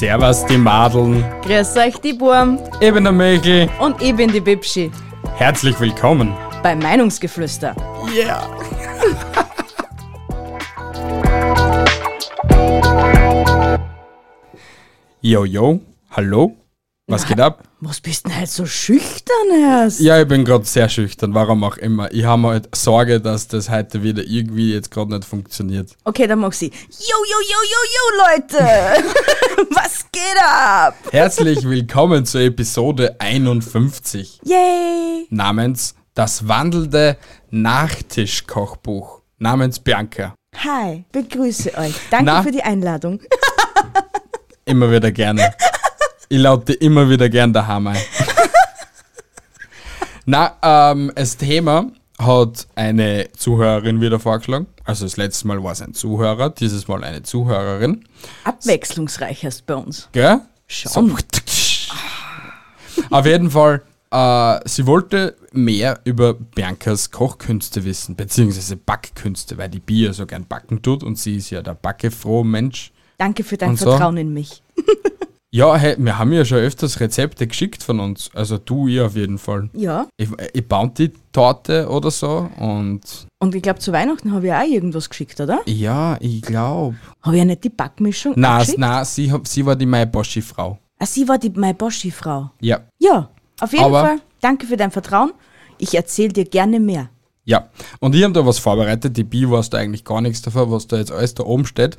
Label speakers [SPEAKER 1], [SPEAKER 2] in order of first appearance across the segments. [SPEAKER 1] Servus, die Madeln.
[SPEAKER 2] Grüß euch, die Burm.
[SPEAKER 1] Ich bin der Michel.
[SPEAKER 2] Und ich bin die Bibschi.
[SPEAKER 1] Herzlich willkommen.
[SPEAKER 2] Bei Meinungsgeflüster.
[SPEAKER 1] Yeah. yo, yo. Hallo. Was geht ab?
[SPEAKER 2] Was bist denn halt so schüchtern erst?
[SPEAKER 1] Ja, ich bin gerade sehr schüchtern, warum auch immer. Ich habe halt Sorge, dass das heute wieder irgendwie jetzt gerade nicht funktioniert.
[SPEAKER 2] Okay, dann mach sie. Yo, yo, yo, yo, yo, Leute! Was geht ab?
[SPEAKER 1] Herzlich willkommen zur Episode 51
[SPEAKER 2] Yay!
[SPEAKER 1] namens Das wandelnde Nachtischkochbuch namens Bianca.
[SPEAKER 2] Hi, begrüße euch. Danke
[SPEAKER 1] Na?
[SPEAKER 2] für die Einladung.
[SPEAKER 1] Immer wieder gerne. Ich laute immer wieder gern daheim ein. Na, ähm, das Thema hat eine Zuhörerin wieder vorgeschlagen. Also das letzte Mal war es ein Zuhörer, dieses Mal eine Zuhörerin.
[SPEAKER 2] Abwechslungsreich erst bei uns.
[SPEAKER 1] Gell?
[SPEAKER 2] Schon.
[SPEAKER 1] So. Auf jeden Fall, äh, sie wollte mehr über Biancas Kochkünste wissen, beziehungsweise Backkünste, weil die Bier so gern backen tut und sie ist ja der backefrohe Mensch.
[SPEAKER 2] Danke für dein
[SPEAKER 1] Und so?
[SPEAKER 2] Vertrauen in mich.
[SPEAKER 1] Ja, hey, wir haben ja schon öfters Rezepte geschickt von uns. Also du, ihr auf jeden Fall.
[SPEAKER 2] Ja,
[SPEAKER 1] Ich, ich Bounty-Torte oder so und
[SPEAKER 2] und ich glaube, zu Weihnachten habe ich auch irgendwas geschickt, oder?
[SPEAKER 1] ja, ich glaube.
[SPEAKER 2] Habe ich ja nicht die Backmischung
[SPEAKER 1] Na,
[SPEAKER 2] geschickt?
[SPEAKER 1] na, sie, hab- sie war die Maiboschi-Frau.
[SPEAKER 2] Ah, sie war die My Boschi-Frau.
[SPEAKER 1] Ja,
[SPEAKER 2] Ja, auf jeden
[SPEAKER 1] Aber-
[SPEAKER 2] Fall. Danke für dein Vertrauen. Ich erzähle dir gerne mehr.
[SPEAKER 1] Ja, und ich habe da was vorbereitet. Die Bi weiß da eigentlich gar nichts davon, was da jetzt alles da oben steht.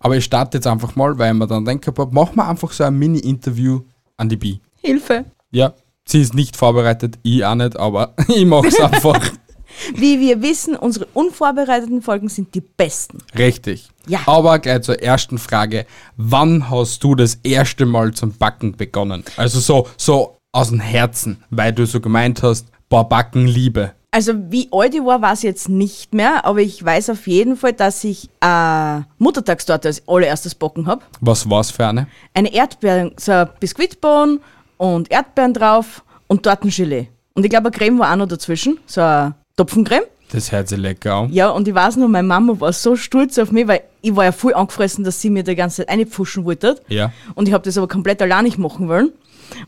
[SPEAKER 1] Aber ich starte jetzt einfach mal, weil ich mir dann denke, machen wir einfach so ein Mini-Interview an die Bi.
[SPEAKER 2] Hilfe.
[SPEAKER 1] Ja, sie ist nicht vorbereitet, ich auch nicht, aber ich mache es einfach
[SPEAKER 2] Wie wir wissen, unsere unvorbereiteten Folgen sind die besten.
[SPEAKER 1] richtig.
[SPEAKER 2] Ja.
[SPEAKER 1] Aber gleich zur ersten Frage. Wann hast du das erste Mal zum Backen begonnen? Also so, so aus dem Herzen, weil du so gemeint hast, boah, Backen liebe.
[SPEAKER 2] Also wie alt ich war, weiß ich jetzt nicht mehr, aber ich weiß auf jeden Fall, dass ich äh, Muttertagstorte als allererstes backen habe.
[SPEAKER 1] Was war's für eine?
[SPEAKER 2] Eine Erdbeeren, so ein Biskuitbohnen und Erdbeeren drauf und Tortengelee. Und ich glaube, eine Creme war auch noch dazwischen, so eine Topfencreme.
[SPEAKER 1] Das hört sich lecker an.
[SPEAKER 2] Ja, und ich weiß nur, meine Mama war so stolz auf mich, weil ich war ja voll angefressen, dass sie mir die ganze Zeit einpfuschen wollte.
[SPEAKER 1] Ja.
[SPEAKER 2] Und ich habe das aber komplett allein nicht machen wollen.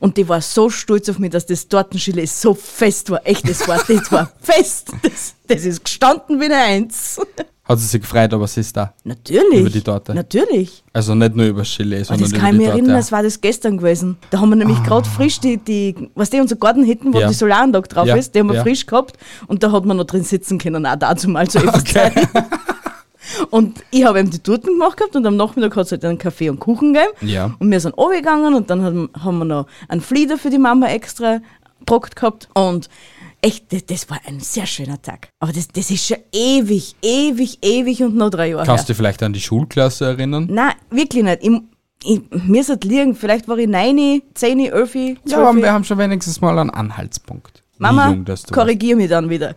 [SPEAKER 2] Und die war so stolz auf mich, dass das Tortenschille so fest war. Echt, das war, das war fest. Das, das ist gestanden wie eine Eins.
[SPEAKER 1] Hat sie sich gefreut, aber sie ist da.
[SPEAKER 2] Natürlich.
[SPEAKER 1] Über die Torte.
[SPEAKER 2] Natürlich.
[SPEAKER 1] Also nicht nur über Chile,
[SPEAKER 2] Und
[SPEAKER 1] sondern
[SPEAKER 2] das
[SPEAKER 1] über
[SPEAKER 2] kann ich
[SPEAKER 1] die
[SPEAKER 2] mich erinnern,
[SPEAKER 1] Torte. Ah.
[SPEAKER 2] das war das gestern gewesen. Da haben wir nämlich gerade frisch die, die, was die unser Garten hinten, wo
[SPEAKER 1] Ja.
[SPEAKER 2] die Solaranlage drauf
[SPEAKER 1] Ja,
[SPEAKER 2] ist, die haben wir
[SPEAKER 1] ja.
[SPEAKER 2] frisch gehabt und da hat man noch drin sitzen können, auch dazu mal so etwas
[SPEAKER 1] Okay.
[SPEAKER 2] Zeit. Und ich habe eben die Torten gemacht gehabt und am Nachmittag hat es halt einen Kaffee und Kuchen gegeben.
[SPEAKER 1] Ja.
[SPEAKER 2] Und wir sind runtergegangen und dann haben, haben wir noch einen Flieder für die Mama extra gepackt gehabt. Und echt, das, das war ein sehr schöner Tag. Aber das, das ist schon ewig, ewig, ewig und noch drei Jahre
[SPEAKER 1] Kannst
[SPEAKER 2] her.
[SPEAKER 1] du dich vielleicht an die Schulklasse erinnern?
[SPEAKER 2] Nein, wirklich nicht. Ich, ich, mir ist es liegen. Vielleicht war ich 9, 10, 11, 12.
[SPEAKER 1] Ja, aber wir haben schon wenigstens mal einen Anhaltspunkt. Wie
[SPEAKER 2] Mama,
[SPEAKER 1] jung das du warst.
[SPEAKER 2] korrigier mich dann wieder.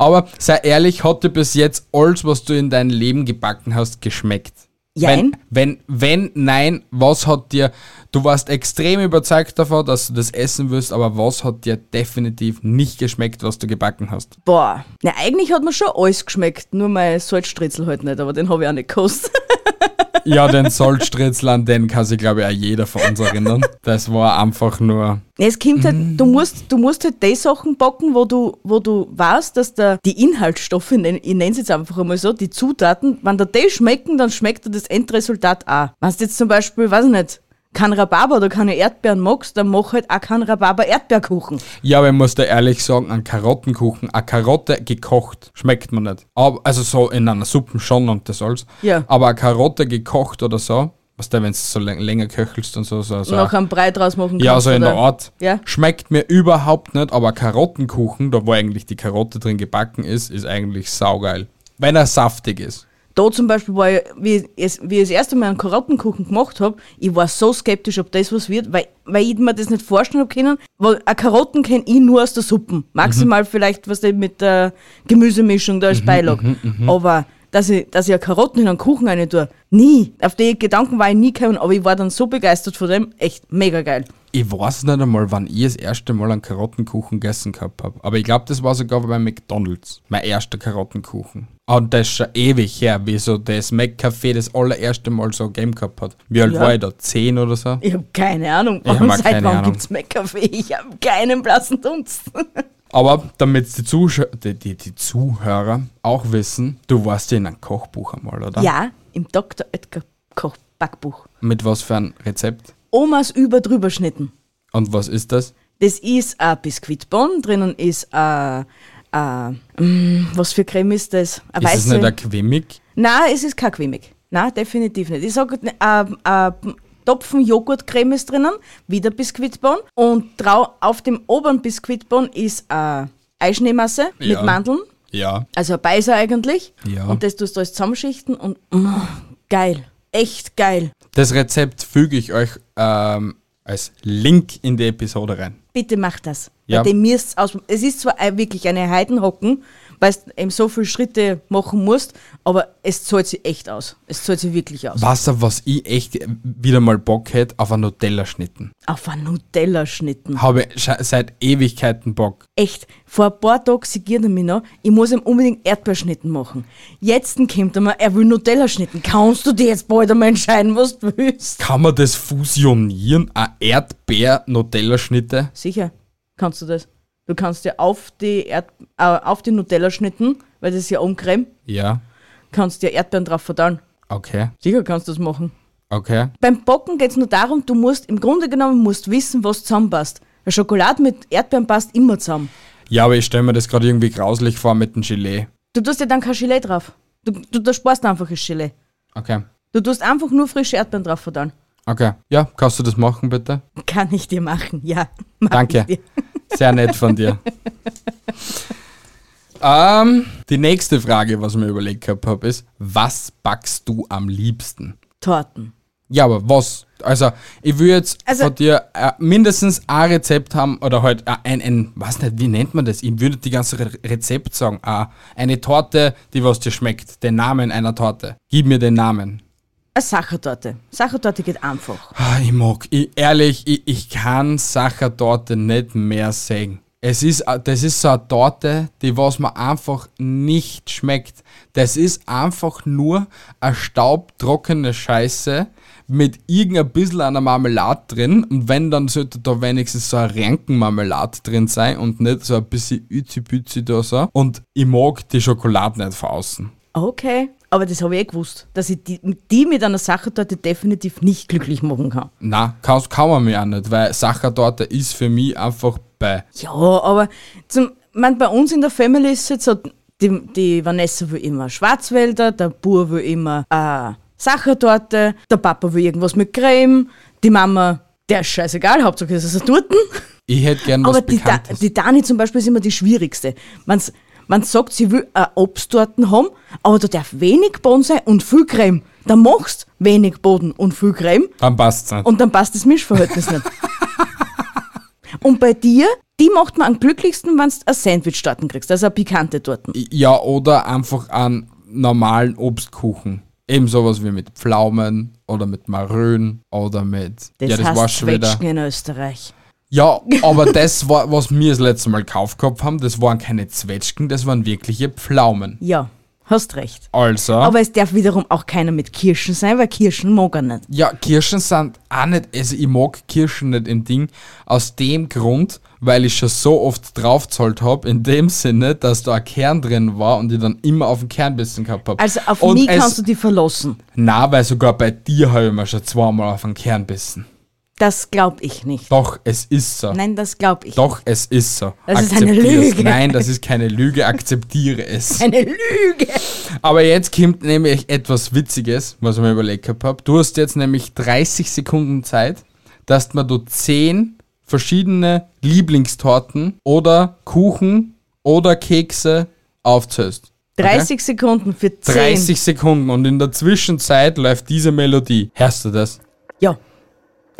[SPEAKER 1] Aber sei ehrlich, hat dir bis jetzt alles, was du in dein Leben gebacken hast, geschmeckt?
[SPEAKER 2] Jein.
[SPEAKER 1] Wenn, wenn, wenn nein, was hat dir, du warst extrem überzeugt davon, dass du das essen wirst, aber was hat dir definitiv nicht geschmeckt, was du gebacken hast?
[SPEAKER 2] Boah. Na, eigentlich hat mir schon alles geschmeckt. Nur mein Salzstritzel halt nicht, aber den habe ich auch nicht gekostet.
[SPEAKER 1] Ja, den Salzstritzel, an den kann sich, glaube ich, auch jeder von uns erinnern. Das war einfach nur,
[SPEAKER 2] Ja, Es kommt halt,
[SPEAKER 1] Mm.
[SPEAKER 2] du musst, du musst halt die Sachen backen, wo du, wo du weißt, dass der, die Inhaltsstoffe, ich nenn- ich nenne es jetzt einfach einmal so, die Zutaten, wenn dir die schmecken, dann schmeckt dir das Endresultat auch. Wenn du jetzt zum Beispiel, weiß ich nicht, kein Rhabarber oder keine Erdbeeren magst, dann mach halt auch keinen Rhabarber-Erdbeerkuchen.
[SPEAKER 1] Ja, aber ich muss da ehrlich sagen, ein Karottenkuchen, eine Karotte gekocht, schmeckt man nicht. Aber, also so in einer Suppe schon und das alles.
[SPEAKER 2] Ja.
[SPEAKER 1] Aber eine Karotte gekocht oder so, was da, wenn du so läng- länger köchelst und so, so, so.
[SPEAKER 2] Noch einen Brei draus machen
[SPEAKER 1] ja,
[SPEAKER 2] kannst,
[SPEAKER 1] so in
[SPEAKER 2] oder-
[SPEAKER 1] der Art.
[SPEAKER 2] Ja.
[SPEAKER 1] Schmeckt mir überhaupt nicht, aber Karottenkuchen, da wo eigentlich die Karotte drin gebacken ist, ist eigentlich saugeil. Wenn er saftig ist.
[SPEAKER 2] da zum Beispiel war ich, wie ich, es- wie ich das erste Mal einen Karottenkuchen gemacht habe, ich war so skeptisch, ob das was wird, weil, weil ich mir das nicht vorstellen habe können. Weil eine Karotten kenne ich nur aus der Suppen.
[SPEAKER 1] Mhm.
[SPEAKER 2] Maximal vielleicht, was denn mit der Gemüsemischung da als Beilage.
[SPEAKER 1] mhm,
[SPEAKER 2] Aber dass ich, dass ich eine Karotten in einen Kuchen rein tue, nie. Auf die Gedanken war ich nie gekommen, aber ich war dann so begeistert von dem, echt mega geil.
[SPEAKER 1] Ich weiß nicht einmal, wann ich das erste Mal einen Karottenkuchen gegessen gehabt habe. Aber ich glaube, das war sogar bei McDonalds. Mein erster Karottenkuchen. Ah, Und das ist schon ewig her, wie so das McCafé das allererste Mal so ein Game gehabt hat. Wie alt
[SPEAKER 2] Ja.
[SPEAKER 1] war ich da? Zehn oder so?
[SPEAKER 2] Ich habe keine Ahnung.
[SPEAKER 1] Ich hab
[SPEAKER 2] Warum
[SPEAKER 1] auch
[SPEAKER 2] seit
[SPEAKER 1] keine
[SPEAKER 2] wann
[SPEAKER 1] Ahnung.
[SPEAKER 2] gibt es McCafé? Ich habe keinen blassen Dunst.
[SPEAKER 1] Aber damit die, Zuschau die, die, die Zuhörer auch wissen, du warst ja in einem Kochbuch einmal, oder?
[SPEAKER 2] Ja, im Dr. Edgar Koch Backbuch.
[SPEAKER 1] Mit was für ein Rezept?
[SPEAKER 2] Omas über drüber schnitten.
[SPEAKER 1] Und was ist das?
[SPEAKER 2] Das ist ein Biskuitbon, drinnen ist ein, ein, mm, was für Creme ist das? Eine
[SPEAKER 1] Ist es nicht ein Quimmig?
[SPEAKER 2] Nein, es ist kein Quimmig. Nein, definitiv nicht. Ich sage, ein, ein Topfen Joghurtcreme ist drinnen, wieder Biskuitbon. Und drau auf dem oberen Biskuitbon ist eine Eischneemasse
[SPEAKER 1] Ja.
[SPEAKER 2] mit Mandeln,
[SPEAKER 1] Ja.
[SPEAKER 2] also ein Beiser eigentlich.
[SPEAKER 1] Ja.
[SPEAKER 2] Und das tust du alles zusammenschichten und mm, geil. Echt geil.
[SPEAKER 1] Das Rezept füge ich euch ähm, als Link in die Episode rein.
[SPEAKER 2] bitte mach das.
[SPEAKER 1] Ja.
[SPEAKER 2] Ja. Dem mir's aus. Es ist zwar ein- wirklich eine Heidenhocken, weil du eben so viele Schritte machen musst, aber es zahlt sich echt aus. Es zahlt sich wirklich aus.
[SPEAKER 1] Was, auf was ich echt wieder mal Bock hätte, auf einen Nutella-Schnitten.
[SPEAKER 2] Auf einen Nutella schnitten.
[SPEAKER 1] Habe ich sche- seit Ewigkeiten Bock.
[SPEAKER 2] Echt. Vor ein paar Tagen sigiert er mich noch, ich muss ihm unbedingt Erdbeerschnitten machen. Jetzt kommt er mir, er will Nutella schnitten. Kannst du dir jetzt bald einmal entscheiden, was du willst?
[SPEAKER 1] Kann man das fusionieren? Ein Erdbeer-Nutella-Schnitte?
[SPEAKER 2] Sicher, kannst du das. Du kannst dir auf die, Erd äh, auf die Nutella schnitten, weil das ist ja Umcreme,
[SPEAKER 1] Ja.
[SPEAKER 2] kannst dir Erdbeeren drauf verdauen.
[SPEAKER 1] Okay.
[SPEAKER 2] Sicher kannst du das machen.
[SPEAKER 1] Okay.
[SPEAKER 2] Beim Backen geht es nur darum, du musst im Grunde genommen musst wissen, was zusammenpasst. Weil Schokolade mit Erdbeeren passt immer zusammen.
[SPEAKER 1] Ja, aber ich stelle mir das gerade irgendwie grauslich vor mit dem Gelee.
[SPEAKER 2] Du tust ja dann kein Gelee drauf. Du, du da sparst einfach das Gelee.
[SPEAKER 1] Okay.
[SPEAKER 2] Du tust einfach nur frische Erdbeeren drauf verdauen.
[SPEAKER 1] Okay. Ja, kannst du das machen, bitte?
[SPEAKER 2] Kann ich dir machen, ja. Mach
[SPEAKER 1] Danke.
[SPEAKER 2] ich dir.
[SPEAKER 1] Sehr nett von dir. ähm, die nächste Frage, was ich mir überlegt gehabt habe, ist, was backst du am liebsten?
[SPEAKER 2] Torten.
[SPEAKER 1] Ja, aber was? Also, ich will jetzt
[SPEAKER 2] Also-
[SPEAKER 1] von dir äh, mindestens ein Rezept haben oder halt äh, ein, ein, weiß nicht, wie nennt man das? Ich würde die ganze Re Rezept sagen. Äh, eine Torte, die was dir schmeckt. Den Namen einer Torte. Gib mir den Namen.
[SPEAKER 2] Eine Sachertorte. Sachertorte geht einfach.
[SPEAKER 1] Ah, Ich mag, ich, ehrlich, ich, ich kann Sacher Torte nicht mehr sehen. Es ist, a- das ist so eine Torte, die was mir einfach nicht schmeckt. Das ist einfach nur eine staubtrockene Scheiße mit irgendein bisschen einer Marmelade drin. Und wenn, dann sollte da wenigstens so eine Rankenmarmelade drin sein und nicht so ein bisschen üzi-büzi da so. Und ich mag die Schokolade nicht von außen.
[SPEAKER 2] Okay. Aber das habe ich eh gewusst, dass ich die, die mit einer Sachertorte definitiv nicht glücklich machen kann.
[SPEAKER 1] Na, kann, kann man mir auch nicht, weil Sacher Torte ist für mich einfach bei.
[SPEAKER 2] Ja, aber zum, man, bei uns in der Family ist es jetzt so, die, die Vanessa will immer Schwarzwälder, der Bur will immer äh, Sachertorte, der Papa will irgendwas mit Creme, die Mama, der ist scheißegal, Hauptsache es ist eine Torten.
[SPEAKER 1] Ich hätte gern was
[SPEAKER 2] Aber die, da,
[SPEAKER 1] Bekanntes.
[SPEAKER 2] die Dani zum Beispiel ist immer die schwierigste. Man's, man sagt, sie will äh, Obsttorten haben, aber da darf wenig Boden sein und viel Creme. Dann machst wenig Boden und viel Creme
[SPEAKER 1] Dann passt's nicht.
[SPEAKER 2] und dann passt das Mischverhältnis nicht. Und bei dir, die macht man am glücklichsten, wenn du ein Sandwich Torten kriegst, also eine pikante Torten.
[SPEAKER 1] ja, oder einfach einen normalen Obstkuchen. Eben sowas wie mit Pflaumen oder mit Marön oder mit.
[SPEAKER 2] Das,
[SPEAKER 1] ja, das
[SPEAKER 2] heißt
[SPEAKER 1] war's schon wieder.
[SPEAKER 2] Zwetschgen in Österreich.
[SPEAKER 1] Ja, aber das war, was wir das letzte Mal gekauft gehabt haben, das waren keine Zwetschgen, das waren wirkliche Pflaumen.
[SPEAKER 2] Ja, hast recht.
[SPEAKER 1] Also.
[SPEAKER 2] Aber es darf wiederum auch keiner mit Kirschen sein, weil Kirschen mag er nicht.
[SPEAKER 1] ja, Kirschen sind auch nicht, also ich mag Kirschen nicht im Ding, aus dem Grund, weil ich schon so oft draufzahlt habe, in dem Sinne, dass da ein Kern drin war und ich dann immer auf den Kern bissen gehabt habe.
[SPEAKER 2] Also auf
[SPEAKER 1] und
[SPEAKER 2] nie
[SPEAKER 1] es-
[SPEAKER 2] kannst du die verlassen.
[SPEAKER 1] Na, weil sogar bei dir habe ich mir schon zweimal auf den Kern bissen.
[SPEAKER 2] Das glaub ich nicht.
[SPEAKER 1] Doch, es ist so.
[SPEAKER 2] Nein, das glaub ich.
[SPEAKER 1] Doch, es ist so.
[SPEAKER 2] Das ist eine
[SPEAKER 1] Akzeptier's.
[SPEAKER 2] Lüge.
[SPEAKER 1] Nein, das ist keine Lüge, akzeptiere es.
[SPEAKER 2] Eine Lüge.
[SPEAKER 1] Aber jetzt kommt nämlich etwas Witziges, was ich mir überlegt gehabt habe. Du hast jetzt nämlich 30 Sekunden Zeit, dass man du 10 verschiedene Lieblingstorten oder Kuchen oder Kekse aufzählst.
[SPEAKER 2] 30 Sekunden für 10.
[SPEAKER 1] 30 Sekunden und in der Zwischenzeit läuft diese Melodie. Hörst du das?
[SPEAKER 2] Ja.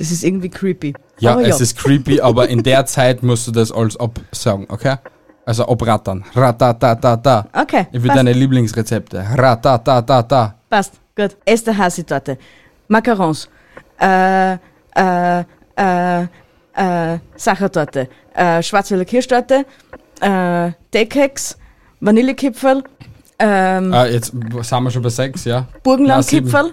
[SPEAKER 2] Das ist irgendwie creepy.
[SPEAKER 1] Ja,
[SPEAKER 2] Aber
[SPEAKER 1] es ist creepy, aber in der Zeit musst du das alles absagen, okay? Also abrattern. Ratatatata.
[SPEAKER 2] Okay,
[SPEAKER 1] Ich will
[SPEAKER 2] Ah, passt.
[SPEAKER 1] deine Lieblingsrezepte. Ratatatata.
[SPEAKER 2] Passt, gut. Erste Hasi-Torte. Macarons. Äh, äh, äh, äh, Sachertorte. Äh, Schwarzwälder Kirschtorte. Äh, Deckheks. Vanillekipferl. Ähm,
[SPEAKER 1] Ah, jetzt sind wir schon bei sechs, ja? Nein, sieben.
[SPEAKER 2] Burgenlandkipferl.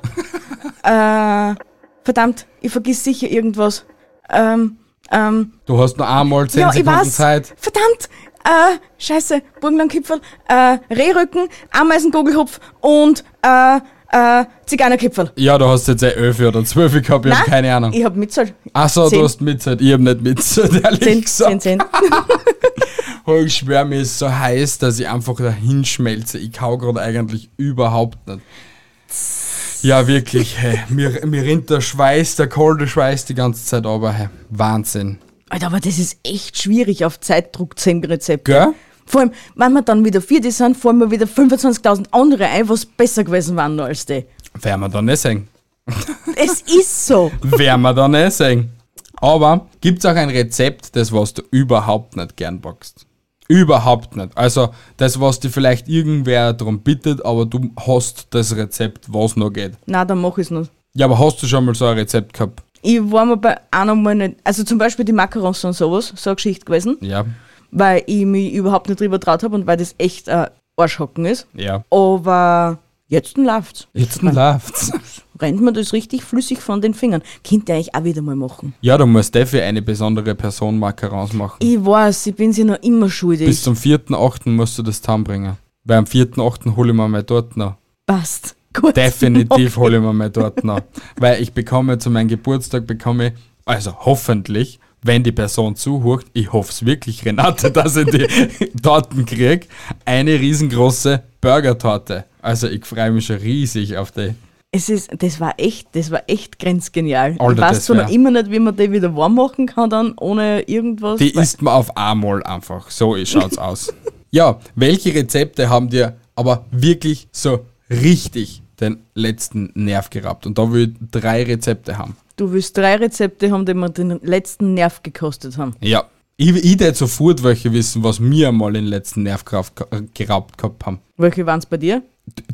[SPEAKER 2] äh, verdammt, ich vergiss sicher irgendwas. Ähm, ähm,
[SPEAKER 1] Du hast nur einmal zehn
[SPEAKER 2] ja, ich
[SPEAKER 1] Sekunden
[SPEAKER 2] weiß.
[SPEAKER 1] Zeit.
[SPEAKER 2] Verdammt! Äh, scheiße, Burgenlandkipferl, äh, Rehrücken, Ameisengogelhupf und äh, äh, Zigeunerkipferl.
[SPEAKER 1] Ja, du hast jetzt eh 11 oder 12 gehabt, ich habe
[SPEAKER 2] Nein,
[SPEAKER 1] keine Ahnung.
[SPEAKER 2] Ich hab mitzahlt.
[SPEAKER 1] Achso,
[SPEAKER 2] Zehn.
[SPEAKER 1] du hast mitzeit. Ich hab nicht mitzeit, ehrlich
[SPEAKER 2] 10,
[SPEAKER 1] gesagt.
[SPEAKER 2] 10, 10.
[SPEAKER 1] Oh, ich schwör, mir ist so heiß, dass ich einfach dahin schmelze. Ich kau gerade eigentlich überhaupt nicht. Ja, wirklich, hey. Mir, mir rinnt der Schweiß, der kalte Schweiß die ganze Zeit aber, hey. Wahnsinn.
[SPEAKER 2] Alter, aber das ist echt schwierig auf Zeitdruck, 10 Rezepte.
[SPEAKER 1] Gell?
[SPEAKER 2] Vor allem, wenn wir dann wieder vier die sind, fallen mir wieder 25.000 andere ein, was besser gewesen waren als die.
[SPEAKER 1] Werden wir dann nicht sehen.
[SPEAKER 2] Es ist so.
[SPEAKER 1] Werden wir dann nicht sehen. Aber gibt's auch ein Rezept, das was du überhaupt nicht gern backst? Überhaupt nicht. Also das, was dir vielleicht irgendwer darum bittet, aber du hast das Rezept, was noch geht.
[SPEAKER 2] Na, dann mach ich's noch.
[SPEAKER 1] Ja, aber hast du schon mal so ein Rezept gehabt?
[SPEAKER 2] Ich war mir bei einer mal nicht, also zum Beispiel die Macarons und sowas, so eine Geschichte gewesen,
[SPEAKER 1] Ja.
[SPEAKER 2] weil ich mich überhaupt nicht drüber traut habe und weil das echt äh, Arschhocken ist.
[SPEAKER 1] Ja.
[SPEAKER 2] Aber jetzt läuft's.
[SPEAKER 1] Jetzt läuft's.
[SPEAKER 2] Rennt mir das richtig flüssig von den Fingern. Könnt ihr eigentlich auch wieder mal machen.
[SPEAKER 1] Ja, du musst dafür eine besondere Person Macarons machen.
[SPEAKER 2] Ich weiß, ich bin sie noch immer schuldig.
[SPEAKER 1] Bis zum 4.8. musst du das zusammenbringen. Weil am 4.8. hole ich mir meine Torten noch.
[SPEAKER 2] Passt. Gut.
[SPEAKER 1] Definitiv hole ich mir meine Torten noch. Weil ich bekomme zu meinem Geburtstag, bekomme ich, also hoffentlich, wenn die Person zuhört, ich hoffe es wirklich, Renate, dass ich die Torten kriege, eine riesengroße Burger-Torte. Also ich freue mich schon riesig auf die.
[SPEAKER 2] Es ist, das war echt, das war echt grenzgenial.
[SPEAKER 1] Alter,
[SPEAKER 2] ich
[SPEAKER 1] das
[SPEAKER 2] weiß zwar
[SPEAKER 1] wär-
[SPEAKER 2] noch immer nicht, wie man die wieder warm machen kann dann, ohne irgendwas.
[SPEAKER 1] Die
[SPEAKER 2] weil-
[SPEAKER 1] isst man auf einmal einfach. So schaut's aus. Ja, welche Rezepte haben dir aber wirklich so richtig den letzten Nerv geraubt? Und da will ich drei Rezepte haben.
[SPEAKER 2] du willst drei Rezepte haben, die mir den letzten Nerv gekostet haben.
[SPEAKER 1] Ja. Ich, ich tät sofort welche wissen, was mir einmal den letzten Nerv geraubt, geraubt gehabt haben.
[SPEAKER 2] Welche waren es bei dir?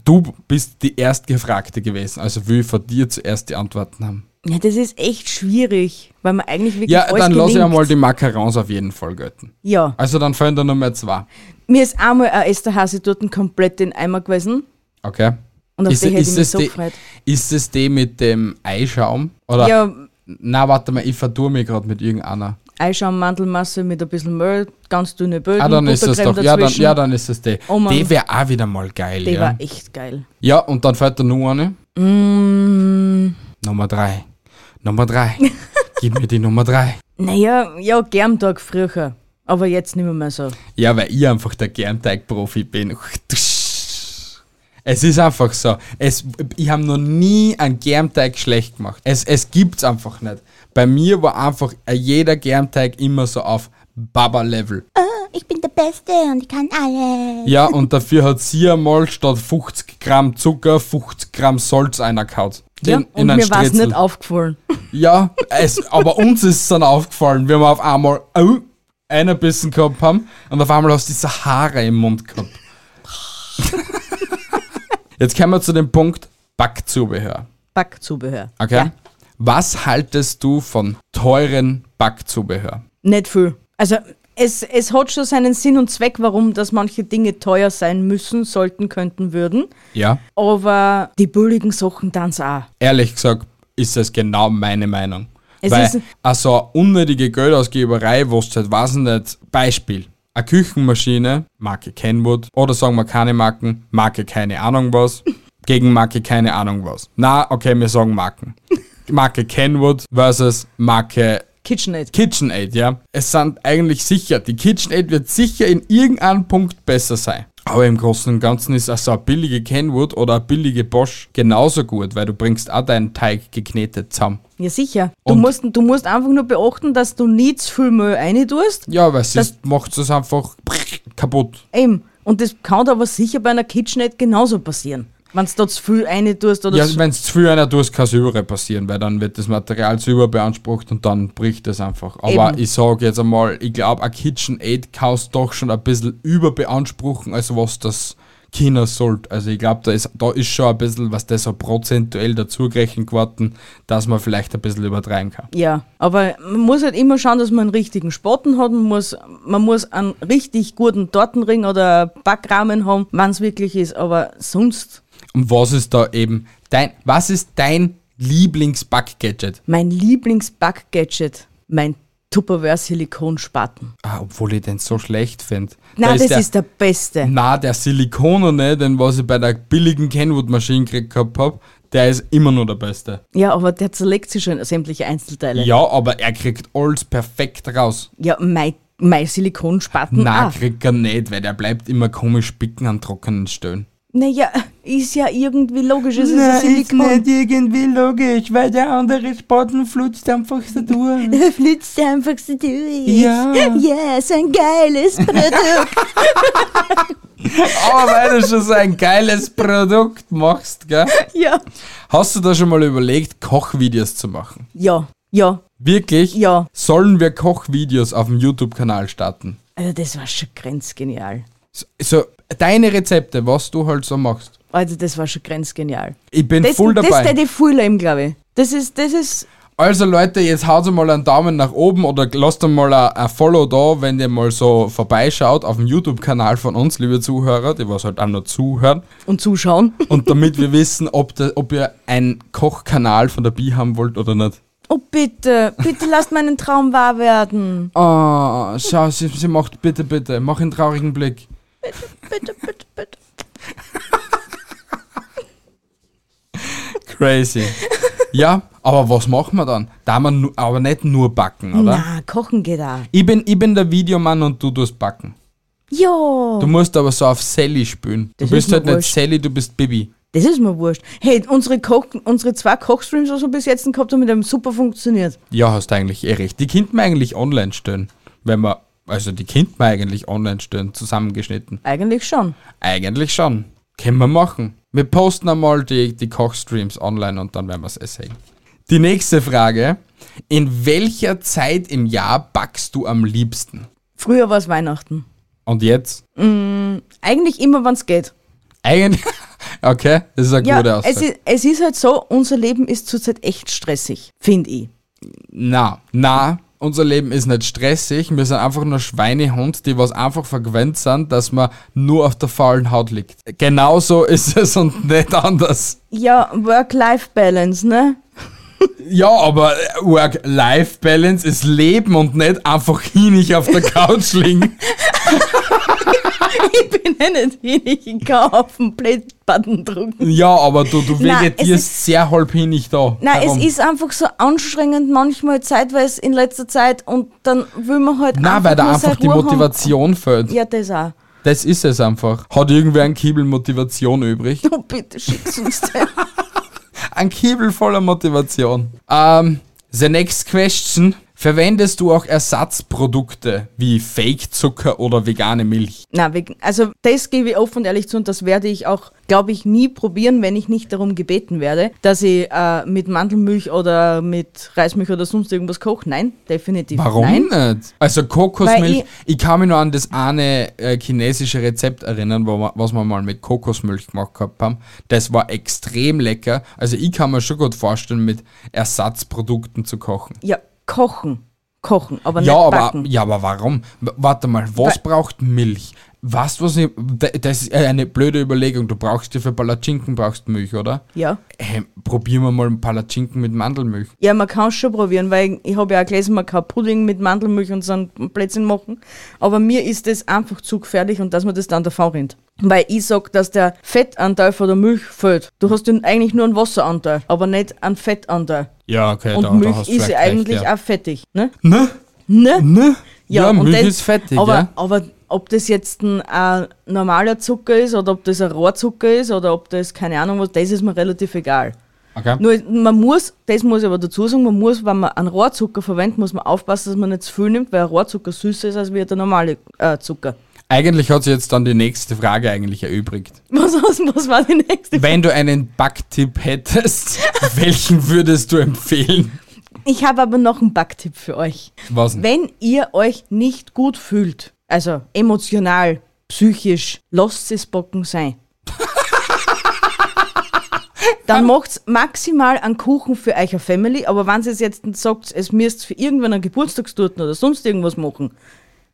[SPEAKER 1] Du bist die Erstgefragte gewesen, also will ich von dir zuerst die Antworten haben.
[SPEAKER 2] Ja, das ist echt schwierig, weil man eigentlich wirklich
[SPEAKER 1] Ja,
[SPEAKER 2] alles
[SPEAKER 1] dann lass ich
[SPEAKER 2] gelingt.
[SPEAKER 1] einmal die Macarons auf jeden Fall gelten.
[SPEAKER 2] Ja,
[SPEAKER 1] Also dann fallen da Nummer zwei.
[SPEAKER 2] mir ist einmal ein Esterhase dort komplett in den Eimer gewesen.
[SPEAKER 1] Okay.
[SPEAKER 2] Und auf die hätte ich mich
[SPEAKER 1] es
[SPEAKER 2] so
[SPEAKER 1] die,
[SPEAKER 2] gefreut.
[SPEAKER 1] Ist es die mit dem Eischaum? Oder?
[SPEAKER 2] Ja,
[SPEAKER 1] Na, warte mal, ich vertue mich gerade mit irgendeiner.
[SPEAKER 2] Eischaum, Mandelmasse mit ein bisschen Mehl, ganz dünne Böden,
[SPEAKER 1] Ah, dann ist es
[SPEAKER 2] Buttercreme
[SPEAKER 1] doch. Ja dann,
[SPEAKER 2] dazwischen.
[SPEAKER 1] ja, dann ist es die.
[SPEAKER 2] Oh Mann.
[SPEAKER 1] die wäre auch wieder mal geil,
[SPEAKER 2] Die
[SPEAKER 1] ja.
[SPEAKER 2] war echt geil.
[SPEAKER 1] ja, und dann fällt da nur eine.
[SPEAKER 2] Mm,
[SPEAKER 1] Nummer drei. Nummer drei. Gib mir die Nummer drei.
[SPEAKER 2] Naja, ja, gern Tag früher. Aber jetzt nicht mehr so.
[SPEAKER 1] Ja, weil ich einfach der Germteig-Profi bin. Es ist einfach so. Es, ich habe noch nie einen Germteig schlecht gemacht. Es, es gibt's einfach nicht. Bei mir war einfach äh, jeder Germteig immer so auf Baba-Level.
[SPEAKER 3] Oh, Ich bin der Beste und ich kann alles.
[SPEAKER 1] Ja, und dafür hat sie einmal statt 50 Gramm Zucker 50 Gramm Salz einer kaut.
[SPEAKER 2] Ja, und mir war es nicht aufgefallen.
[SPEAKER 1] Ja, es, aber uns ist es dann aufgefallen, wenn wir auf einmal au, einen Bissen gehabt haben und auf einmal hast du diese Haare im Mund gehabt. Jetzt kommen wir zu dem Punkt Backzubehör.
[SPEAKER 2] Backzubehör.
[SPEAKER 1] Okay?
[SPEAKER 2] Ja,
[SPEAKER 1] Was haltest du von teuren Backzubehör?
[SPEAKER 2] nicht viel. Also es, es hat schon seinen Sinn und Zweck, warum dass manche Dinge teuer sein müssen, sollten, könnten, würden.
[SPEAKER 1] Ja,
[SPEAKER 2] Aber die billigen Sachen dann auch.
[SPEAKER 1] ehrlich gesagt ist das genau meine Meinung.
[SPEAKER 2] Es
[SPEAKER 1] Weil,
[SPEAKER 2] ist-
[SPEAKER 1] also unnötige Geldausgeberei, wo du halt, weiß ich nicht, Beispiel, eine Küchenmaschine, Marke Kenwood, oder sagen wir keine Marken, Marke keine Ahnung was, gegen Marke keine Ahnung was. Na, okay, wir sagen Marken. Marke Kenwood versus Marke
[SPEAKER 2] KitchenAid.
[SPEAKER 1] KitchenAid, ja. Es sind eigentlich sicher, die KitchenAid wird sicher in irgendeinem Punkt besser sein. Aber im Großen und Ganzen ist also eine billige Kenwood oder eine billige Bosch genauso gut, weil du bringst auch deinen Teig geknetet zusammen.
[SPEAKER 2] Ja, sicher. Du
[SPEAKER 1] Und-
[SPEAKER 2] musst, du musst einfach nur beachten, dass du nie zu viel Müll rein tust.
[SPEAKER 1] Ja, weil sonst macht es einfach kaputt.
[SPEAKER 2] Eben. Und das kann da aber sicher bei einer KitchenAid genauso passieren. Wenn du da zu viel eine tust oder
[SPEAKER 1] Ja,
[SPEAKER 2] zu-
[SPEAKER 1] wenn es zu viel einer tust, kann es Säure passieren, weil dann wird das Material Säure beansprucht und dann bricht das einfach. Aber
[SPEAKER 2] Eben.
[SPEAKER 1] ich sage jetzt einmal, ich glaube, ein KitchenAid kannst doch schon ein bisschen überbeanspruchen, als was das China sollte. Also ich glaube, da ist, da ist schon ein bisschen, was das so prozentuell dazu gerechnet worden, dass man vielleicht ein bisschen übertreiben kann.
[SPEAKER 2] Ja, aber man muss halt immer schauen, dass man einen richtigen Spaten hat. Man muss, man muss einen richtig guten Tortenring oder Backrahmen haben, wenn es wirklich ist. Aber sonst,
[SPEAKER 1] Und was ist da eben dein, was ist dein Lieblingsbackgadget?
[SPEAKER 2] mein Lieblingsbackgadget, mein Tupperware-Silikonspaten.
[SPEAKER 1] Ah, obwohl ich den so schlecht finde.
[SPEAKER 2] Nein, das ist der beste.
[SPEAKER 1] Na, der Silikonerne, den was ich bei der billigen Kenwood-Maschine gekriegt gehabt habe, der ist immer nur der Beste.
[SPEAKER 2] Ja, aber der zerlegt sich schon sämtliche Einzelteile. Ja,
[SPEAKER 1] Ja, aber er kriegt alles perfekt raus.
[SPEAKER 2] mein, mein Silikonspaten ah.
[SPEAKER 1] Na,
[SPEAKER 2] auch.
[SPEAKER 1] kriegt er nicht, weil der bleibt immer komisch bicken an trockenen Stellen.
[SPEAKER 2] Naja, ist ja irgendwie logisch, es ist ein Silikon.
[SPEAKER 1] irgendwie logisch, weil der andere Spaten flutscht einfach so durch.
[SPEAKER 3] Da flitzt einfach so durch.
[SPEAKER 1] Ja.
[SPEAKER 3] Ja, so ein geiles Produkt.
[SPEAKER 1] Aber Ah, weil du schon so ein geiles Produkt machst, gell?
[SPEAKER 2] Ja.
[SPEAKER 1] Hast du da schon mal überlegt, Kochvideos zu machen?
[SPEAKER 2] Ja, ja,
[SPEAKER 1] Wirklich?
[SPEAKER 2] ja.
[SPEAKER 1] Sollen wir Kochvideos auf dem YouTube-Kanal starten?
[SPEAKER 2] Also das war schon grenzgenial.
[SPEAKER 1] So, so, deine Rezepte, was du halt so machst.
[SPEAKER 2] Also das war schon grenzgenial.
[SPEAKER 1] Ich bin
[SPEAKER 2] Das,
[SPEAKER 1] voll
[SPEAKER 2] das
[SPEAKER 1] dabei.
[SPEAKER 2] hätte ich voll leben, glaube ich. Das ist, das ist,
[SPEAKER 1] also Leute, jetzt haut mal einen Daumen nach oben oder lasst mal ein- ein Follow da, wenn ihr mal so vorbeischaut auf dem YouTube-Kanal von uns, liebe Zuhörer, die was halt auch noch zuhören.
[SPEAKER 2] und zuschauen,
[SPEAKER 1] Und damit wir wissen, ob, da, ob ihr einen Kochkanal von der Bi haben wollt oder nicht.
[SPEAKER 2] oh bitte, bitte lasst meinen Traum wahr werden.
[SPEAKER 1] Ah, schau, sie, sie macht bitte, bitte, mach einen traurigen Blick.
[SPEAKER 2] Bitte, bitte, bitte.
[SPEAKER 1] Crazy. ja, aber was machen wir dann? Da man nu- aber nicht nur backen, oder?
[SPEAKER 2] Na, kochen geht auch.
[SPEAKER 1] Ich bin, ich bin der Videomann und du tust backen.
[SPEAKER 2] Ja,
[SPEAKER 1] Du musst aber so auf Sally spielen. Du
[SPEAKER 2] Oh. Das
[SPEAKER 1] bist
[SPEAKER 2] ist mir
[SPEAKER 1] halt nicht
[SPEAKER 2] wurscht.
[SPEAKER 1] Sally, du bist Bibi.
[SPEAKER 2] das ist mir wurscht. Hey, unsere, Koch, unsere zwei Kochstreams, was wir bis jetzt gehabt haben, mit dem super funktioniert.
[SPEAKER 1] Ja, hast eigentlich eh recht. Die könnten wir eigentlich online stellen. Wenn wir, also die könnten wir eigentlich online stellen, zusammengeschnitten.
[SPEAKER 2] Eigentlich schon.
[SPEAKER 1] Eigentlich schon. Können wir machen. Wir posten einmal die, die Kochstreams online und dann werden wir es eh sehen. Die nächste Frage. In welcher Zeit im Jahr backst du am liebsten?
[SPEAKER 2] Früher war es Weihnachten.
[SPEAKER 1] Und jetzt?
[SPEAKER 2] Eigentlich immer, wenn es geht.
[SPEAKER 1] Eigentlich. Okay, das ist eine gute
[SPEAKER 2] Ja,
[SPEAKER 1] Aussage.
[SPEAKER 2] es ist, es ist halt so, unser Leben ist zurzeit echt stressig, finde ich.
[SPEAKER 1] Na, na, unser Leben ist nicht stressig. Wir sind einfach nur Schweinehund, die was einfach vergewöhnt sind, dass man nur auf der faulen Haut liegt. Genauso ist es und nicht anders.
[SPEAKER 2] Ja, Work-Life-Balance, ne?
[SPEAKER 1] Ja, aber Work-Life-Balance ist Leben und nicht einfach hinig auf der Couch liegen.
[SPEAKER 2] Ich bin ja nicht wenig, ich kann auf den Play-Button drücken.
[SPEAKER 1] Ja, aber du, du
[SPEAKER 2] Nein, es
[SPEAKER 1] vegetierst sehr halb hinig da.
[SPEAKER 2] Nein,
[SPEAKER 1] herum.
[SPEAKER 2] es ist einfach so anstrengend manchmal zeitweise in letzter Zeit und dann will man halt
[SPEAKER 1] Nein, weil da
[SPEAKER 2] nur
[SPEAKER 1] einfach
[SPEAKER 2] seine
[SPEAKER 1] die
[SPEAKER 2] Ruhe
[SPEAKER 1] Motivation fehlt.
[SPEAKER 2] Haben. Ja, das auch.
[SPEAKER 1] Das ist es einfach. Hat irgendwer einen Kiebel Motivation übrig?
[SPEAKER 2] Du bitte schick's uns den.
[SPEAKER 1] Ein Kiebel voller Motivation. Ähm, the next question. Verwendest du auch Ersatzprodukte wie Fake-Zucker oder vegane Milch?
[SPEAKER 2] Nein, wegen- also das gebe ich offen und ehrlich zu und das werde ich auch, glaube ich, nie probieren, wenn ich nicht darum gebeten werde, dass ich äh, mit Mandelmilch oder mit Reismilch oder sonst irgendwas koche. Nein, definitiv
[SPEAKER 1] Warum
[SPEAKER 2] nein.
[SPEAKER 1] nicht? Also Kokosmilch,
[SPEAKER 2] Weil
[SPEAKER 1] ich, kann mich nur an das eine äh, chinesische Rezept erinnern, wo wir, was wir mal mit Kokosmilch gemacht gehabt haben. Das war extrem lecker. Also ich kann mir schon gut vorstellen, mit Ersatzprodukten zu kochen.
[SPEAKER 2] Ja, kochen. Kochen, aber
[SPEAKER 1] Ja,
[SPEAKER 2] nicht
[SPEAKER 1] aber,
[SPEAKER 2] backen.
[SPEAKER 1] ja, aber warum? W- Warte mal, was braucht Milch? Was, was ich, d- das ist eine blöde Überlegung. Du brauchst ja für Palatschinken brauchst Milch, oder?
[SPEAKER 2] Ja.
[SPEAKER 1] Hey, probieren wir mal einen Palatschinken mit Mandelmilch.
[SPEAKER 2] Ja, man kann es schon probieren, weil ich habe ja auch gelesen, man kann Pudding mit Mandelmilch und so ein Plätzchen machen. Aber mir ist das einfach zu gefährlich und dass man das dann davon rennt. Weil ich sag, dass der Fettanteil von der Milch fällt. Du hast den eigentlich nur einen Wasseranteil, aber nicht einen Fettanteil.
[SPEAKER 1] Ja, okay,
[SPEAKER 2] Und Milch ist ja eigentlich auch fettig, ne? Ne?
[SPEAKER 1] Ne?
[SPEAKER 2] Ja,
[SPEAKER 1] Ja,
[SPEAKER 2] und
[SPEAKER 1] Milch
[SPEAKER 2] das-
[SPEAKER 1] ist fettig,
[SPEAKER 2] aber,
[SPEAKER 1] ja.
[SPEAKER 2] aber ob das jetzt ein, äh, normaler Zucker ist oder ob das ein Rohrzucker ist oder ob das keine Ahnung was, das ist mir relativ egal.
[SPEAKER 1] Okay.
[SPEAKER 2] Nur man muss, das muss ich aber dazu sagen, man muss, wenn man einen Rohrzucker verwendet, muss man aufpassen, dass man nicht zu viel nimmt, weil ein Rohrzucker süßer ist als wie der normale äh, Zucker.
[SPEAKER 1] Eigentlich hat sie jetzt dann die nächste Frage eigentlich erübrigt.
[SPEAKER 2] Was, was, was war die nächste?
[SPEAKER 1] Wenn du einen Backtipp hättest, welchen würdest du empfehlen?
[SPEAKER 2] Ich habe aber noch einen Backtipp für euch.
[SPEAKER 1] Was denn?
[SPEAKER 2] Wenn ihr euch nicht gut fühlt, also emotional, psychisch, lasst es Bocken sein. Dann macht's maximal einen Kuchen für eure Family, aber wenn ihr jetzt sagt, es müsst für irgendwann einen Geburtstagstorten oder sonst irgendwas machen,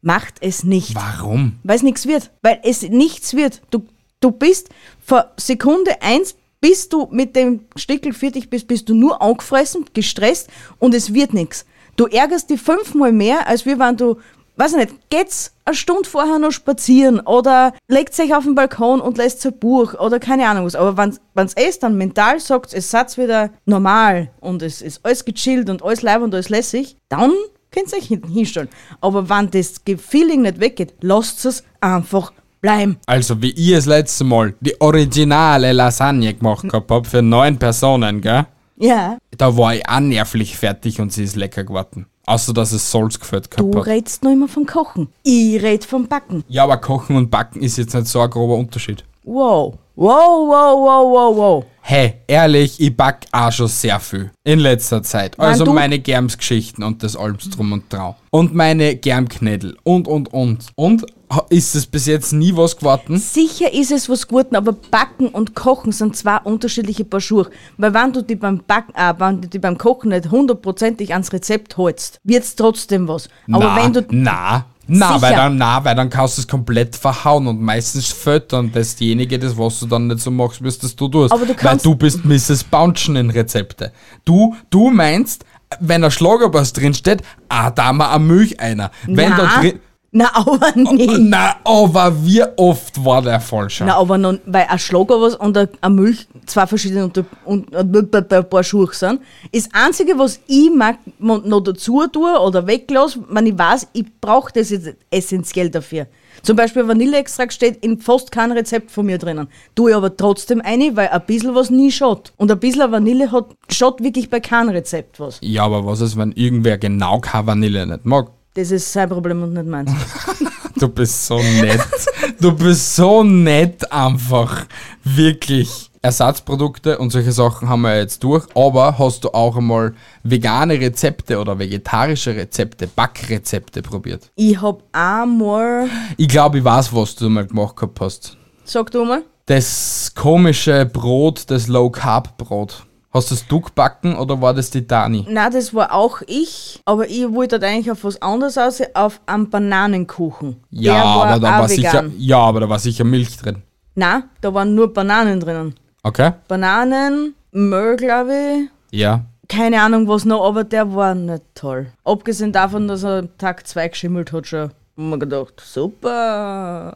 [SPEAKER 2] macht es nicht.
[SPEAKER 1] Warum?
[SPEAKER 2] Weil es nichts wird. Weil es nichts wird. Du, du bist von Sekunde eins, bis du mit dem Stickel fertig bist, bist du nur angefressen, gestresst und es wird nichts. Du ärgerst dich fünfmal mehr, als wir, wenn du, weiß ich nicht, geht's eine Stunde vorher noch spazieren oder legt euch auf den Balkon und lässt ein Buch oder keine Ahnung was. Aber wenn's wenn's es dann mental sagt, es satz wieder normal und es ist alles gechillt und alles live und alles lässig, dann könnt ihr euch hinten hinstellen. Aber wenn das Ge- Feeling nicht weggeht, lasst es einfach bleiben.
[SPEAKER 1] Also, wie ich das letzte Mal die originale Lasagne gemacht gehabt hab für neun Personen, gell?
[SPEAKER 2] Ja.
[SPEAKER 1] Da war ich auch nervlich fertig und sie ist lecker geworden. Außer, dass es Salz gefällt
[SPEAKER 2] Du
[SPEAKER 1] gehabt hat.
[SPEAKER 2] redst noch immer vom Kochen. Ich red vom Backen.
[SPEAKER 1] Ja, aber Kochen und Backen ist jetzt nicht so ein grober Unterschied.
[SPEAKER 2] Wow. Wow, wow, wow, wow, wow.
[SPEAKER 1] Hey, ehrlich, ich back auch schon sehr viel in letzter Zeit.
[SPEAKER 2] Nein,
[SPEAKER 1] Also
[SPEAKER 2] du-
[SPEAKER 1] meine Germsgeschichten und das Alms drum und drau. Und meine Germknädel und, und, und. Und ha- ist es bis jetzt nie was geworden?
[SPEAKER 2] Sicher ist es was Guten, aber Backen und Kochen sind zwei unterschiedliche Paar Schuhe. Weil wenn du die beim Backen, äh, wenn du die beim Kochen nicht hundertprozentig ans Rezept holst, wird's trotzdem was. Aber
[SPEAKER 1] na,
[SPEAKER 2] wenn du
[SPEAKER 1] Na, na
[SPEAKER 2] Sicher.
[SPEAKER 1] weil, dann, na, weil dann kannst du es komplett verhauen und meistens fällt dann dasjenige, das was du dann nicht so machst, wirst das du tust.
[SPEAKER 2] Aber du
[SPEAKER 1] weil
[SPEAKER 2] kannst-
[SPEAKER 1] du bist Mrs. Bounchen in Rezepte. Du, du meinst, wenn ein Schlagerbass drinsteht, ah, da mal eine Milch einer. Wenn
[SPEAKER 2] na,
[SPEAKER 1] da drin...
[SPEAKER 2] na, aber nicht.
[SPEAKER 1] Na, aber wie oft war der falsch?
[SPEAKER 2] Na, aber noch, weil ein Schlager was und ein ein Milch zwei verschiedene unter, und, und, und, und, ein paar Schuhe sind. Das Einzige, was ich mag, mo- noch dazu tue oder weglasse, wenn ich weiß, ich brauche das jetzt essentiell dafür. Zum Beispiel Vanilleextrakt steht in fast kein Rezept von mir drinnen. Tue ich aber trotzdem eine, weil ein bisschen was nie schaut. Und ein bisschen Vanille hat, schaut wirklich bei keinem Rezept was.
[SPEAKER 1] Ja, aber was ist, wenn irgendwer genau keine Vanille nicht mag?
[SPEAKER 2] Das ist sein Problem und nicht meins.
[SPEAKER 1] Du bist so nett. Du bist so nett einfach. Wirklich. Ersatzprodukte und solche Sachen haben wir jetzt durch. Aber hast du auch einmal vegane Rezepte oder vegetarische Rezepte, Backrezepte probiert?
[SPEAKER 2] ich hab einmal,
[SPEAKER 1] Ich glaube, ich weiß, was du mal gemacht gehabt hast.
[SPEAKER 2] sag du mal,
[SPEAKER 1] Das komische Brot, das Low-Carb-Brot. Hast das du gebacken oder war das die Dani?
[SPEAKER 2] Na, das war auch ich, aber ich wollte dort eigentlich auf was anderes aus, auf einen Bananenkuchen.
[SPEAKER 1] Ja,
[SPEAKER 2] Der war
[SPEAKER 1] aber da
[SPEAKER 2] auch
[SPEAKER 1] war sicher,
[SPEAKER 2] vegan.
[SPEAKER 1] ja, aber da war sicher Milch drin.
[SPEAKER 2] Na, da waren nur Bananen drinnen.
[SPEAKER 1] Okay?
[SPEAKER 2] Bananen, Möhl, glaube
[SPEAKER 1] Ja.
[SPEAKER 2] ich. Keine Ahnung was noch, aber der war nicht toll. Abgesehen davon, dass er am Tag 2 geschimmelt hat, schon hab mir gedacht, super.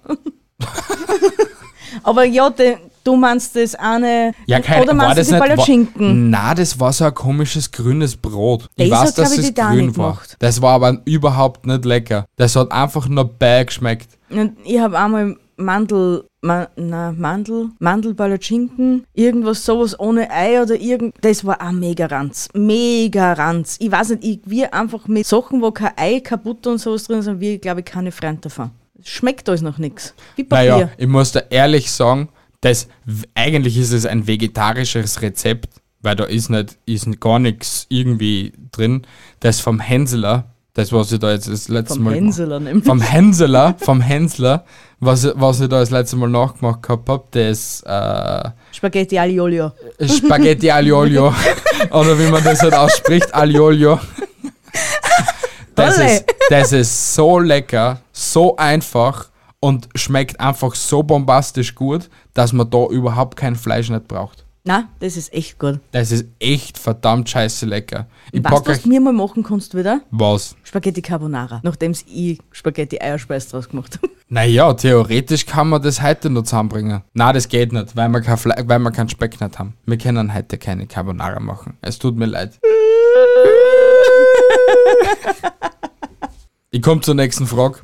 [SPEAKER 2] aber ja, de, du meinst das eine.
[SPEAKER 1] Ja, keine
[SPEAKER 2] oder meinst du die Palatschinken?
[SPEAKER 1] Na, das war so ein komisches grünes Brot. Ich
[SPEAKER 2] Das
[SPEAKER 1] weiß,
[SPEAKER 2] hat, glaub
[SPEAKER 1] dass
[SPEAKER 2] ich,
[SPEAKER 1] es
[SPEAKER 2] die Dani
[SPEAKER 1] grün war.
[SPEAKER 2] gemacht.
[SPEAKER 1] Das war aber überhaupt nicht lecker. Das hat einfach nur bäh geschmeckt.
[SPEAKER 2] Und ich habe einmal Mandel, Ma, na, Mandel, Mandelpalatschinken, irgendwas sowas ohne Ei oder irgend. Das war auch mega ranz. Mega ranz. Ich weiß nicht, ich, wir einfach mit Sachen, wo kein Ei, kein Butter und sowas drin sind, wir, glaube ich, keine Freund davon. Schmeckt alles noch nichts. Wie Papier.
[SPEAKER 1] Naja, ich muss da ehrlich sagen, das, w- eigentlich ist es ein vegetarisches Rezept, weil da ist, nicht, ist gar nichts irgendwie drin. Das vom Hänseler, das was ich da jetzt das letzte
[SPEAKER 2] Vom
[SPEAKER 1] Mal... gemacht-
[SPEAKER 2] Hänseler nämlich.
[SPEAKER 1] Vom Hänseler, vom Hänseler, was, was ich da das letzte Mal nachgemacht gehabt habe, das... Äh,
[SPEAKER 2] Spaghetti Aliolio.
[SPEAKER 1] Spaghetti Aliolio. Oder wie man das halt ausspricht, Aliolio. Das
[SPEAKER 2] Olle.
[SPEAKER 1] ist, das ist so lecker, so einfach und schmeckt einfach so bombastisch gut, dass man da überhaupt kein Fleisch nicht braucht.
[SPEAKER 2] Na, das ist echt gut.
[SPEAKER 1] Das ist echt verdammt scheiße lecker. Ich
[SPEAKER 2] Weißt
[SPEAKER 1] pack
[SPEAKER 2] du, was
[SPEAKER 1] euch
[SPEAKER 2] du mir mal machen kannst wieder?
[SPEAKER 1] was.
[SPEAKER 2] Spaghetti Carbonara. Nachdem ich Spaghetti Eierspeis draus gemacht habe.
[SPEAKER 1] Naja, theoretisch kann man das heute noch zusammenbringen. Na, das geht nicht, weil wir, kein Fle weil wir keinen Speck nicht haben. Wir können heute keine Carbonara machen. Es tut mir leid. Ich komme zur nächsten Frage.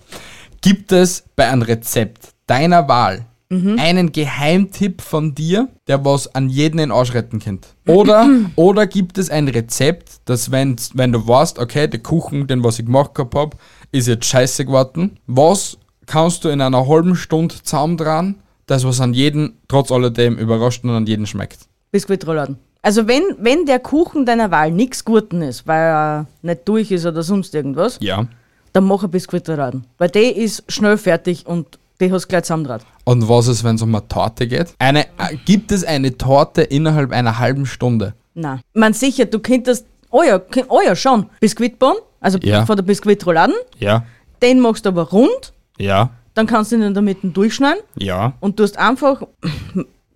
[SPEAKER 1] Gibt es bei einem Rezept deiner Wahl einen Geheimtipp von dir, der was an jeden in Arsch retten kennt? Oder, oder gibt es ein Rezept, das wenn, wenn du weißt, okay, der Kuchen, den was ich gemacht gehabt habe, ist jetzt scheiße geworden, was kannst du in einer halben Stunde zusammentragen, das was an jeden, trotz alledem, überrascht und an jeden schmeckt.
[SPEAKER 2] Biskuitrollladen. Also wenn, wenn der Kuchen deiner Wahl nichts Guten ist, weil er nicht durch ist oder sonst irgendwas,
[SPEAKER 1] Ja.
[SPEAKER 2] dann mach ein Biskuitrollladen. Weil der ist schnell fertig und die hast du gleich zusammendraht.
[SPEAKER 1] Und was ist, wenn es um eine Torte geht? Eine, äh, gibt es eine Torte innerhalb einer halben Stunde?
[SPEAKER 2] Nein. Man sicher, du könntest, oh ja, kö- oh ja schon, Biskuitbon, also
[SPEAKER 1] Ja.
[SPEAKER 2] von der Biskuitrollladen,
[SPEAKER 1] Ja.
[SPEAKER 2] den machst du aber rund,
[SPEAKER 1] Ja.
[SPEAKER 2] dann kannst du ihn in der Mitte durchschneiden
[SPEAKER 1] Ja.
[SPEAKER 2] und du hast einfach,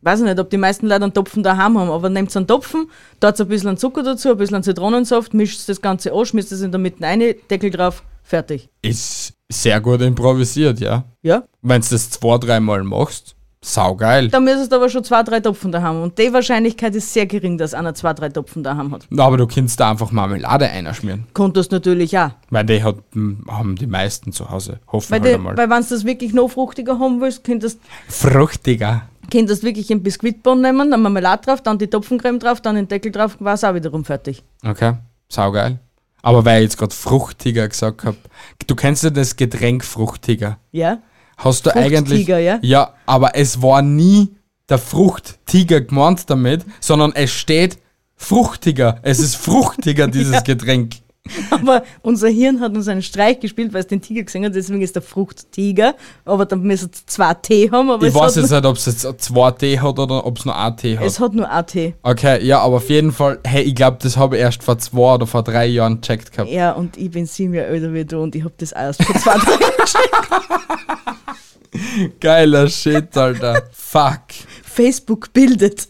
[SPEAKER 2] weiß ich nicht, ob die meisten Leute einen Topfen daheim haben, aber nehmt einen Topfen, da ein bisschen Zucker dazu, ein bisschen Zitronensaft, mischt das Ganze an, schmeißt es in der Mitte rein, Deckel drauf, fertig.
[SPEAKER 1] Ist sehr gut improvisiert, ja.
[SPEAKER 2] Ja?
[SPEAKER 1] Wenn du das zwei, dreimal machst, saugeil.
[SPEAKER 2] Da müsstest du aber schon zwei, drei Topfen daheim haben. Und die Wahrscheinlichkeit ist sehr gering, dass einer zwei, drei Topfen daheim hat.
[SPEAKER 1] Aber du kannst da einfach Marmelade einschmieren.
[SPEAKER 2] Konntest natürlich auch.
[SPEAKER 1] Weil die hat, m, haben die meisten zu Hause. Hoffen
[SPEAKER 2] Weil,
[SPEAKER 1] wir halt
[SPEAKER 2] die,
[SPEAKER 1] einmal.
[SPEAKER 2] weil wenn du das wirklich noch fruchtiger haben willst, könntest
[SPEAKER 1] Fruchtiger.
[SPEAKER 2] könntest wirklich einen Biskuitbon nehmen, dann Marmelade drauf, dann die Topfencreme drauf, dann den Deckel drauf, war es auch wiederum fertig.
[SPEAKER 1] Okay, saugeil. Aber weil ich jetzt gerade fruchtiger gesagt habe, du kennst ja das Getränk fruchtiger.
[SPEAKER 2] Ja?
[SPEAKER 1] Hast du
[SPEAKER 2] Fruchttiger,
[SPEAKER 1] eigentlich.
[SPEAKER 2] ja?
[SPEAKER 1] Ja, aber es war nie der Fruchttiger gemeint damit, sondern es steht fruchtiger. Es ist fruchtiger, dieses Getränk.
[SPEAKER 2] Aber unser Hirn hat uns einen Streich gespielt, weil es den Tiger gesehen hat, deswegen ist der Fruchttiger. Aber dann müssen es zwei T haben, aber
[SPEAKER 1] Ich
[SPEAKER 2] es,
[SPEAKER 1] weiß
[SPEAKER 2] hat
[SPEAKER 1] jetzt nicht, ob es jetzt 2T hat oder ob es nur 1T
[SPEAKER 2] nur,
[SPEAKER 1] hat.
[SPEAKER 2] es hat nur ein T.
[SPEAKER 1] Okay, ja, aber auf jeden Fall, hey, ich glaube, das habe ich erst vor zwei oder vor drei Jahren gecheckt gehabt.
[SPEAKER 2] Ja, und ich bin sieben Jahre älter wie du und ich hab das auch erst vor zwei Tagen.
[SPEAKER 1] Geiler Shit, Alter. Fuck.
[SPEAKER 2] Facebook bildet.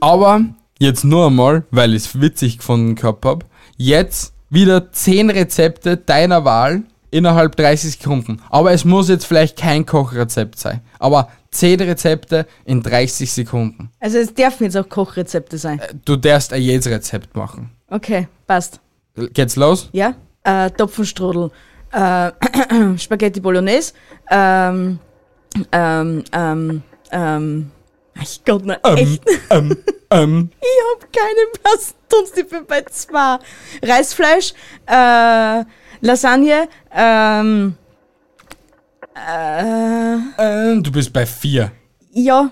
[SPEAKER 1] Aber jetzt nur einmal, weil ich es witzig gefunden gehabt habe, jetzt wieder 10 Rezepte deiner Wahl innerhalb 30 Sekunden. Aber es muss jetzt vielleicht kein Kochrezept sein. Aber 10 Rezepte in 30 Sekunden.
[SPEAKER 2] Also es dürfen jetzt auch Kochrezepte sein.
[SPEAKER 1] Du darfst ein jedes Rezept machen.
[SPEAKER 2] Okay, passt.
[SPEAKER 1] Geht's los?
[SPEAKER 2] Ja? Äh, Topfenstrudel, äh, Spaghetti Bolognese, ähm, ähm, ähm, ähm, ich Gott, na, echt,
[SPEAKER 1] ähm, ähm.
[SPEAKER 2] ich hab keine Platz, sonst ich bin bei zwei. Reisfleisch, äh, Lasagne, ähm, äh,
[SPEAKER 1] Ähm, du bist bei 4.
[SPEAKER 2] ja,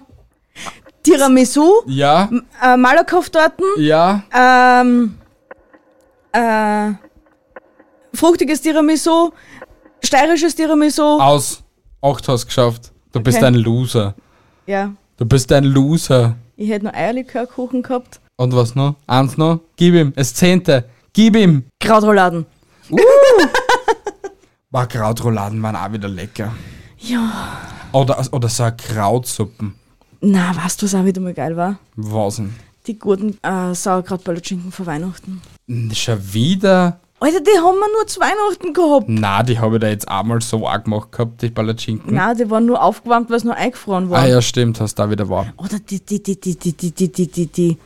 [SPEAKER 2] Tiramisu,
[SPEAKER 1] Ja,
[SPEAKER 2] äh, Malakoff-Torten,
[SPEAKER 1] ja,
[SPEAKER 2] Ähm, äh, fruchtiges Tiramisu, steirisches Tiramisu.
[SPEAKER 1] aus. 8 hast geschafft. Du bist
[SPEAKER 2] Okay.
[SPEAKER 1] ein Loser.
[SPEAKER 2] Ja,
[SPEAKER 1] Du bist ein Loser.
[SPEAKER 2] ich hätte noch Eierlikörkuchen gehabt.
[SPEAKER 1] Und was noch? Eins noch? Gib ihm. Das zehnte. Gib ihm.
[SPEAKER 2] Krautrouladen.
[SPEAKER 1] Boah, Krautrouladen waren auch wieder lecker.
[SPEAKER 2] Ja.
[SPEAKER 1] Oder, oder so eine Krautsuppen.
[SPEAKER 2] Na, weißt du, was auch wieder mal geil war?
[SPEAKER 1] Was denn?
[SPEAKER 2] Die guten äh, Sauerkrautballertschinken vor Weihnachten.
[SPEAKER 1] N- Schon wieder?
[SPEAKER 2] Alter, die haben wir nur zu Weihnachten gehabt.
[SPEAKER 1] Na, die habe ich da jetzt einmal so auch gemacht gehabt, die Palatschinken.
[SPEAKER 2] Na, die waren nur aufgewärmt, weil sie nur eingefroren waren.
[SPEAKER 1] Hm? Ah ja, stimmt, hast da wieder wahr.
[SPEAKER 2] Oder die, die, die, die, die, die, die, die, die, die, die,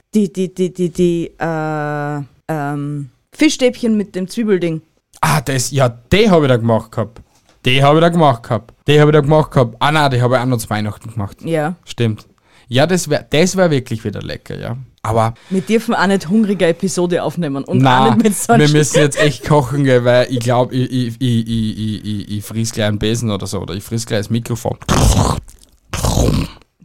[SPEAKER 2] die, die, die, die, äh, ähm, Fischstäbchen mit dem Zwiebelding.
[SPEAKER 1] Ah, das, ja, die habe ich da gemacht gehabt. Die habe ich da gemacht gehabt. Die habe ich da gemacht gehabt. Ah nein, die habe ich auch noch zu Weihnachten gemacht.
[SPEAKER 2] Ja.
[SPEAKER 1] Stimmt. Ja, das wäre das wär wirklich wieder lecker, ja. Aber
[SPEAKER 2] Wir dürfen auch nicht hungrige Episode aufnehmen und auch
[SPEAKER 1] Na,
[SPEAKER 2] nicht mit
[SPEAKER 1] wir
[SPEAKER 2] solchen.
[SPEAKER 1] müssen jetzt echt kochen, gell, weil ich glaube, ich, ich, ich, ich, ich, ich, ich friss gleich einen Besen oder so, oder ich friss gleich das Mikrofon.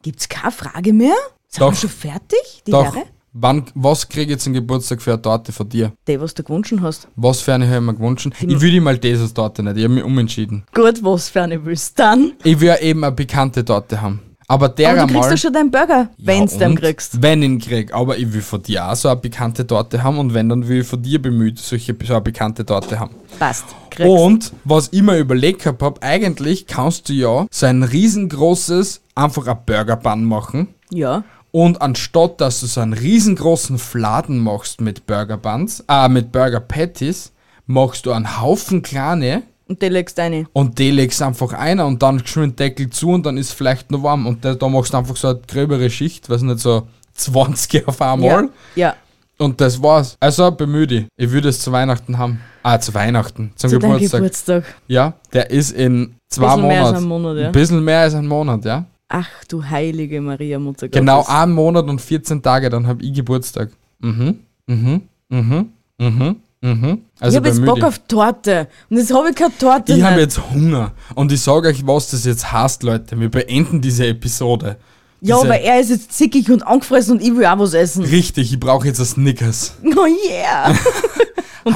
[SPEAKER 2] Gibt's keine Frage mehr? Sind
[SPEAKER 1] Doch.
[SPEAKER 2] wir schon fertig? Die
[SPEAKER 1] Doch,
[SPEAKER 2] Herre?
[SPEAKER 1] wann, was krieg ich zum Geburtstag für eine Torte von dir?
[SPEAKER 2] Die, was du gewünscht hast.
[SPEAKER 1] Was für eine habe ich mir gewünscht? Ich halt will die Malteser-Torte nicht, ich habe mich umentschieden.
[SPEAKER 2] Gut, was für eine willst du dann?
[SPEAKER 1] Ich will eben eine bekannte Torte haben. Aber der
[SPEAKER 2] Aber du kriegst
[SPEAKER 1] einmal...
[SPEAKER 2] ja schon deinen Burger, wenn's
[SPEAKER 1] Ja,
[SPEAKER 2] den
[SPEAKER 1] und?
[SPEAKER 2] kriegst.
[SPEAKER 1] Wenn ich ihn krieg. Aber ich will von dir auch so eine bekannte Torte haben und wenn, dann will ich von dir bemüht solche, so eine bekannte Torte haben.
[SPEAKER 2] Passt. Kriegst.
[SPEAKER 1] Und was ich mir überlegt hab, hab, eigentlich kannst du ja so ein riesengroßes, einfach ein Burgerbun machen.
[SPEAKER 2] Ja.
[SPEAKER 1] Und anstatt, dass du so einen riesengroßen Fladen machst mit Burger Buns, äh, mit Burger Patties, machst du einen Haufen kleine
[SPEAKER 2] Und die legst du eine.
[SPEAKER 1] und die legst einfach ein und dann schön Deckel zu und dann ist vielleicht noch warm. Und da, da machst du einfach so eine gröbere Schicht, weiß nicht, so 20 auf einmal.
[SPEAKER 2] Ja. ja.
[SPEAKER 1] Und das war's. Also bemühe dich. Ich würde es zu Weihnachten haben. Ah, zu Weihnachten. Zum
[SPEAKER 2] Zu deinem
[SPEAKER 1] Geburtstag.
[SPEAKER 2] Geburtstag.
[SPEAKER 1] Ja, der ist in zwei
[SPEAKER 2] Bisschen
[SPEAKER 1] Monaten.
[SPEAKER 2] mehr als einem Monat, ja.
[SPEAKER 1] Ein bisschen mehr als ein Monat, ja.
[SPEAKER 2] Ach du heilige Maria, Mutter Gottes.
[SPEAKER 1] Genau einen Monat und 14 Tage, dann hab ich Geburtstag. Mhm, mhm, mhm, mhm, Also
[SPEAKER 2] ich habe jetzt
[SPEAKER 1] bemühe
[SPEAKER 2] Bock
[SPEAKER 1] dich.
[SPEAKER 2] auf Torte. Und jetzt habe ich keine Torte.
[SPEAKER 1] Ich
[SPEAKER 2] mehr.
[SPEAKER 1] habe jetzt Hunger. Und ich sage euch, was das jetzt heißt, Leute. Wir beenden diese Episode.
[SPEAKER 2] ja,
[SPEAKER 1] diese,
[SPEAKER 2] aber er ist jetzt zickig und angefressen und ich will auch was essen.
[SPEAKER 1] Richtig, ich brauche jetzt das Snickers.
[SPEAKER 2] Oh yeah! und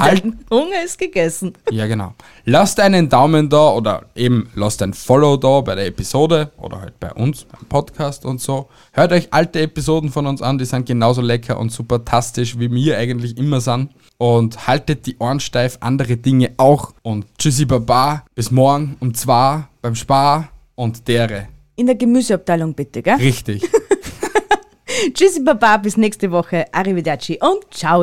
[SPEAKER 1] Halt.
[SPEAKER 2] dein Hunger ist gegessen.
[SPEAKER 1] Ja, genau. Lasst einen Daumen da oder eben lasst ein Follow da bei der Episode oder halt bei uns, beim Podcast und so. Hört euch alte Episoden von uns an, die sind genauso lecker und super tastisch, wie wir eigentlich immer sind. Und haltet die Ohren steif, andere Dinge auch. Und tschüssi Baba, bis morgen um zwei beim Spar und dere.
[SPEAKER 2] In der Gemüseabteilung bitte, gell?
[SPEAKER 1] Richtig.
[SPEAKER 2] Tschüssi, Baba, bis nächste Woche. Arrivederci und ciao.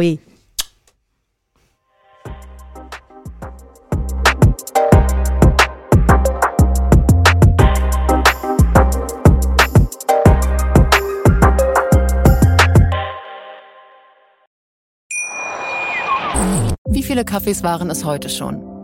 [SPEAKER 4] Wie viele Kaffees waren es heute schon?